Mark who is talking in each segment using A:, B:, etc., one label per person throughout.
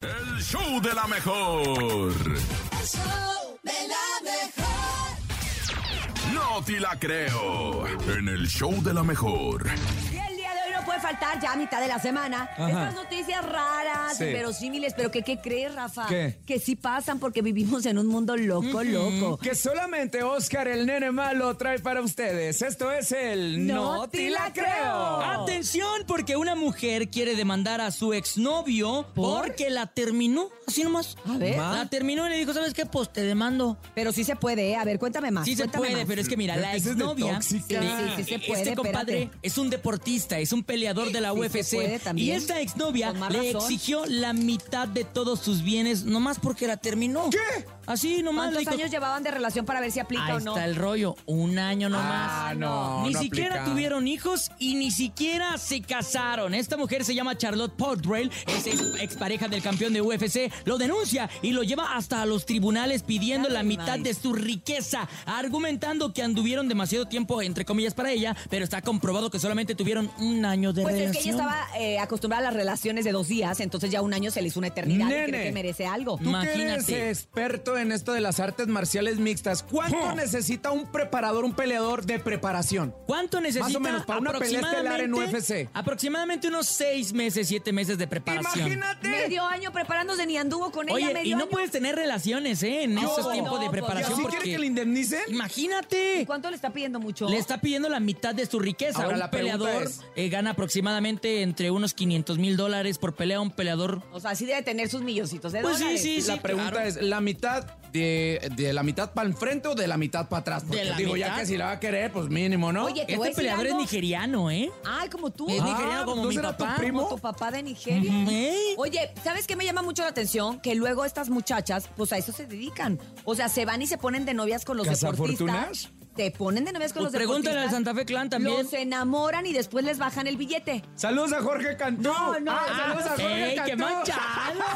A: El show de la mejor.
B: El show de la mejor.
A: No te la creo. En el show de la mejor.
C: Y el día de hoy no puede faltar, ya a mitad de la semana,
D: Ajá.
C: estas noticias raras,
D: Sí.
C: inverosímiles, pero que, ¿qué crees, Rafa?
D: ¿Qué?
C: Que sí pasan porque vivimos en un mundo loco, loco.
D: Que solamente Oscar el nene malo trae para ustedes. Esto es el
C: No
D: No
C: te
D: te
C: la
D: la creo. Ah,
E: Atención, porque una mujer quiere demandar a su exnovio
C: ¿Por?
E: porque la terminó. Así nomás.
C: A ver.
E: La terminó y le dijo, ¿sabes qué? Pues te demando.
C: Pero sí se puede, ¿eh? A ver, cuéntame más.
E: Sí se
C: cuéntame
E: puede,
C: más.
E: pero es que mira, la
D: Ese es de
E: exnovia.
D: tóxica.
C: Sí, sí, sí se puede,
E: Este compadre
C: espérate.
E: es un deportista, es un peleador de la
C: Sí,
E: UFC.
C: se puede también.
E: y esta exnovia
C: Con más
E: le
C: razón.
E: exigió la mitad de todos sus bienes, nomás porque la terminó.
D: ¿Qué?
E: Así nomás le
C: ¿Cuántos
E: dijo.
C: años llevaban de relación para ver si aplica
E: Ahí
C: o no?
E: está el rollo, un año nomás.
D: Ah, no.
E: ni
D: no
E: siquiera
D: aplica.
E: tuvieron hijos y ni siquiera se casaron. Esta mujer se llama Charlotte Portrail, es ex- expareja del campeón de UFC, lo denuncia y lo lleva hasta a los tribunales pidiendo
C: Ay,
E: la mitad
C: nice.
E: de su riqueza, argumentando que anduvieron demasiado tiempo, entre comillas, para ella, pero está comprobado que solamente tuvieron un año de
C: Pues es
E: relación.
C: que ella estaba eh, acostumbrada a las relaciones de dos días, entonces ya un año se le hizo una eternidad y cree
D: Nene.
C: que merece algo.
D: Tú que eres
E: Imagínate.
D: experto en esto de las artes marciales mixtas, ¿cuánto
E: Huh.
D: necesita un preparador, un peleador de preparación?
E: ¿Cuánto necesita?
D: Más o menos, para una pelea estelar en
E: aproximadamente-
D: UFC.
E: Aproximadamente unos seis meses, siete meses de preparación.
D: Imagínate.
C: Medio año preparándose ni anduvo con ella
E: Oye,
C: medio
E: y no
C: año.
E: puedes tener relaciones, ¿eh? En
C: No,
E: esos tiempos
C: no,
E: de
C: pues,
D: ¿Y
E: preparación.
D: así
E: porque...
D: quiere que le indemnicen?
E: Imagínate.
C: ¿Cuánto le está pidiendo mucho?
E: Le está pidiendo la mitad de su riqueza.
D: Ahora,
E: un
D: la pregunta
E: peleador
D: es-
E: eh, gana aproximadamente entre unos 500 mil dólares por pelea. Un peleador.
C: O sea, sí debe tener sus milloncitos de
E: Pues sí,
C: dólares.
E: sí, sí.
D: La pregunta
E: claro.
D: es, ¿la mitad de, de la mitad para enfrente o de la mitad para atrás? Porque
E: De la
D: digo, ya
E: mitad.
D: que si la va a querer, pues mínimo, ¿no?
C: Oye, te voy a
E: Este
C: decir
E: peleador
C: algo.
E: es nigeriano, ¿eh?
C: Ay, como tú.
E: Es
C: Ah,
E: nigeriano como
D: ¿no
E: mi
D: será tu
E: papá.
D: primo?
C: Como tu papá de Nigeria.
E: Ujú. Ey.
C: Oye, ¿sabes qué me llama mucho la atención? Que luego estas muchachas, pues a eso se dedican. O sea, se van y se ponen de novias con los deportistas.
D: ¿Cazafortunas?
C: Te ponen de novias con
E: Pues
C: los deportistas.
E: pregúntale al Santa Fe Clan también.
C: Los enamoran y después les bajan el billete.
D: Saludos a Jorge Cantú.
C: No, no,
D: Ah,
C: no.
D: saludos a Jorge
E: ¡Ey,
D: Cantú.
E: qué manchado!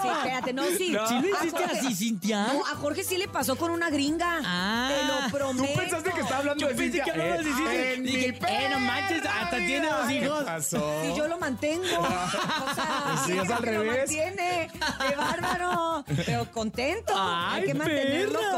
C: Sí, espérate, no, sí.
E: No. ¿Sí lo
C: A
E: hiciste
C: Jorge-
E: así, Cintia?
C: No, a Jorge sí le pasó con una gringa.
E: Ah.
C: Te lo
E: ¿Tú
D: ¿Tú
C: prometo.
D: pensaste que estaba hablando
E: Yo
D: de
E: pensé
D: Cintia?
E: que hablabas de
D: Eh,
E: Cintia.
D: en
E: Dije,
D: mi perra
E: eh, no manches, hasta tiene dos
D: vida.
E: hijos.
D: ¿Qué pasó?
C: Si yo lo mantengo. O sea,
D: Sí, es
C: creo
D: al
C: que lo
D: revés.
C: mantiene. ¡Qué bárbaro! Pero contento. Hay
E: Ay,
C: que mantenerlo
E: perra.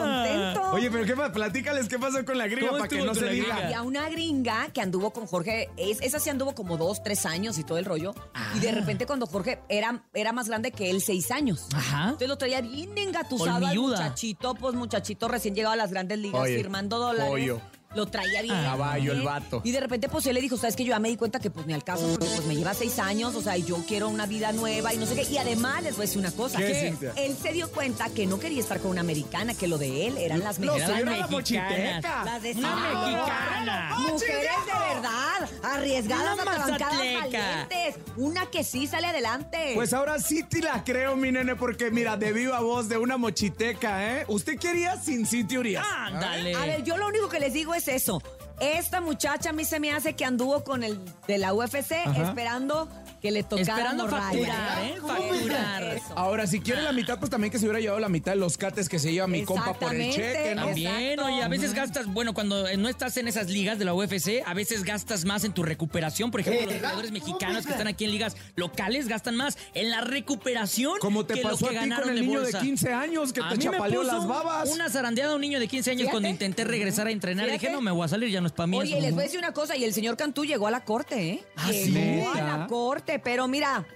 C: contento.
D: Oye, pero qué más, platícales qué pasó con la gringa
E: ¿Cómo
D: para que
E: estuvo
D: no
E: con
D: se
E: la
D: diga.
E: gringa?
C: había una gringa que anduvo con Jorge, es- esa sí anduvo como dos, tres años y todo el rollo. Y
D: Ah.
C: de repente cuando Jorge era, era más grande que él, seis años.
E: Ajá.
C: Entonces lo traía bien engatusado al
E: Colmilluda.
C: muchachito, pues muchachito recién llegado a las grandes ligas,
D: Oye,
C: firmando dólares.
D: pollo. Ah.
C: Lo traía bien.
D: Caballo, el
C: bien.
D: vato.
C: Y de repente, pues él le dijo, ¿sabes que Yo ya me di cuenta que pues ni al caso, porque pues me lleva seis años, o sea, y yo quiero una vida nueva y no sé qué. Y además les voy a decir una cosa.
D: ¿Qué,
C: que
D: Cintia?
C: él se dio cuenta que no quería estar con una americana, que lo de él eran las
E: Eran
D: Lo
C: mexicanas.
D: subió a la
E: mexicanas.
D: mochiteca.
C: Las de
E: Una
C: Sinaloa.
E: mexicana.
C: Mujeres de verdad, arriesgadas,
E: Una
C: atalancadas,
E: mazatleca.
C: valientes. Una que sí sale adelante.
D: Pues ahora sí te la creo, mi nene, porque mira, de viva voz de una mochiteca, ¿eh? Usted quería sin Cintia Urias.
E: Ándale.
C: A ver, yo lo único que les digo es eso. Esta muchacha a mí se me hace que anduvo con el de la UFC esperando que le tocara
E: Esperando
C: morralla.
E: facturar, ¿eh?
C: Eso,
E: Facturar.
C: eso.
D: Ahora, si quiere la mitad, pues también que se hubiera llevado la mitad de los cates que se lleva mi compa por el
C: Exactamente.
D: cheque, ¿no?
E: También,
C: Exacto.
E: oye, a veces gastas, bueno, cuando eh, no estás en esas ligas de la UFC, a veces gastas más en tu recuperación. Por ejemplo,
D: Eh,
E: los jugadores mexicanos que
D: pues,
E: están aquí en ligas locales gastan más en la recuperación.
D: Como te
E: que lo
D: pasó a
E: que
D: ti
E: ganaron
D: con el
E: en
D: niño
E: bolsa.
D: de 15 años que
E: A
D: te
E: mí me
D: chapaleó
E: puso
D: las babas.
E: Una zarandeada a un niño de 15 años
C: Fíjate.
E: cuando intenté regresar a entrenar.
C: Fíjate.
E: Dije, no me voy a salir, ya no es para mí.
C: Oye,
E: eso".
C: les voy a decir una cosa, y el señor Cantú llegó a la corte, ¿eh?
E: ¿Ah, sí?
C: llegó a
D: ¿Neta?
C: la corte, pero mira,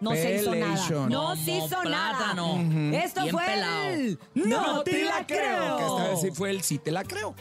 C: no se hizo nada.
D: Pelation.
C: No
E: Como
C: se hizo nada.
E: plátano.
C: Ujú. Esto
E: Bien
C: fue
E: pelao.
C: el
D: Que esta vez sí fue el sí te la creo.